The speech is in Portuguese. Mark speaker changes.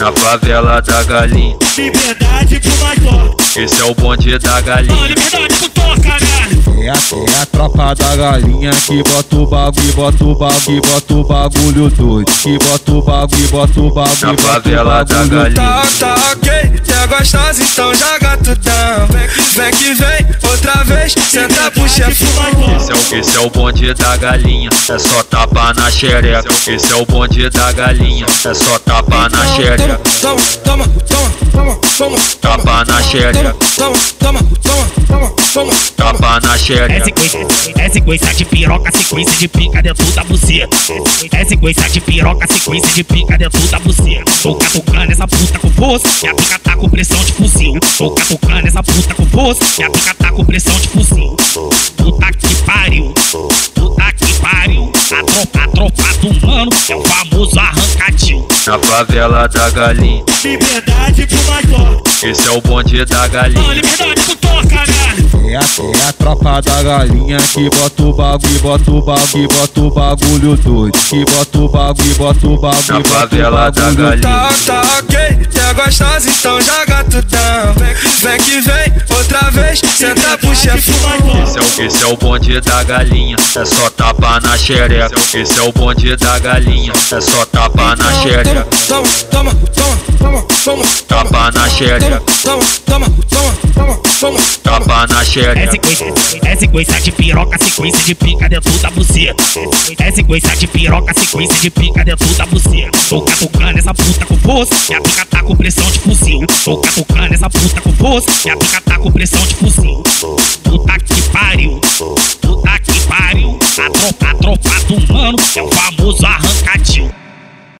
Speaker 1: na favela da galinha.
Speaker 2: Liberdade pro Major.
Speaker 1: Esse é o bonde da
Speaker 2: Ó,
Speaker 1: galinha.
Speaker 2: liberdade pro Thor, caralho.
Speaker 3: É a, é a tropa da galinha que bota o bagulho, bota o bagulho, bota o bagulho doido. Que bota o bagulho, bota o bagulho,
Speaker 1: Na
Speaker 3: bota o
Speaker 1: favela da
Speaker 3: bagulho
Speaker 1: galinha.
Speaker 4: Tá, tá ok, se é gostosa, então joga tutão. Vem que vem, que vem outra vez,
Speaker 5: tá
Speaker 4: senta pro
Speaker 2: Liberdade
Speaker 4: chefão.
Speaker 2: pro Major.
Speaker 1: Esse é, o, esse é o bonde da galinha, é só tapa na xereca. Esse é o bonde da galinha, é só tapa na xereca.
Speaker 4: Toma, toma, toma, toma, toma, toma.
Speaker 1: Tapa na xereca,
Speaker 4: Toma, toma, toma, toma, toma, toma.
Speaker 1: tapa na
Speaker 5: É
Speaker 1: xereca.
Speaker 5: 50, é 50 de piroca, sequência de pica dentro da buceta. É 50 de piroca, sequência de pica dentro da buceta. Tô catucando essa puta com força, minha pica tá com pressão de fuzil. Tô catucando essa puta com força, minha pica tá com pressão de fuzil. Puta que pariu, puta que pariu. A tropa, a tropa do mano é o famoso arrancadinho.
Speaker 1: Na favela da galinha,
Speaker 2: Liberdade pro Major.
Speaker 1: esse é o bonde da
Speaker 2: Ó,
Speaker 1: galinha.
Speaker 2: liberdade pro Thor, caralho.
Speaker 3: É a, é a tropa da galinha que bota o bagulho, bota o bagulho, bota o bagulho doido. Que bota o bagulho, bota o
Speaker 1: Na
Speaker 3: bagulho, bota o
Speaker 1: favela da
Speaker 3: bagulho
Speaker 1: galinha,
Speaker 4: Tá, tá ok, se é gostosa, então joga tutão. Vem que vem, que vem outra vez, senta pro
Speaker 2: Liberdade pro
Speaker 4: chefão.
Speaker 2: Major.
Speaker 1: esse é, o, esse é o bonde da galinha, é só tapa na xereca. Esse é o bonde da galinha, é só tapa na xereca.
Speaker 4: Toma, toma, toma, toma, toma, toma.
Speaker 1: Tapa na xereca,
Speaker 4: Toma, toma, toma, toma, toma, toma.
Speaker 1: tapa na
Speaker 5: É
Speaker 1: xereca.
Speaker 5: 50, é 50 de piroca, sequência de pica dentro da buceta. É 50 de piroca, sequência de pica dentro da buceta. Tô catucando essa puta com força, minha pica tá com pressão de fuzil. Tô catucando essa puta com força, minha pica tá com pressão de fuzil. Puta que pariu, puta que pariu. A tropa, a tropa do mano é o famoso arrancadinho.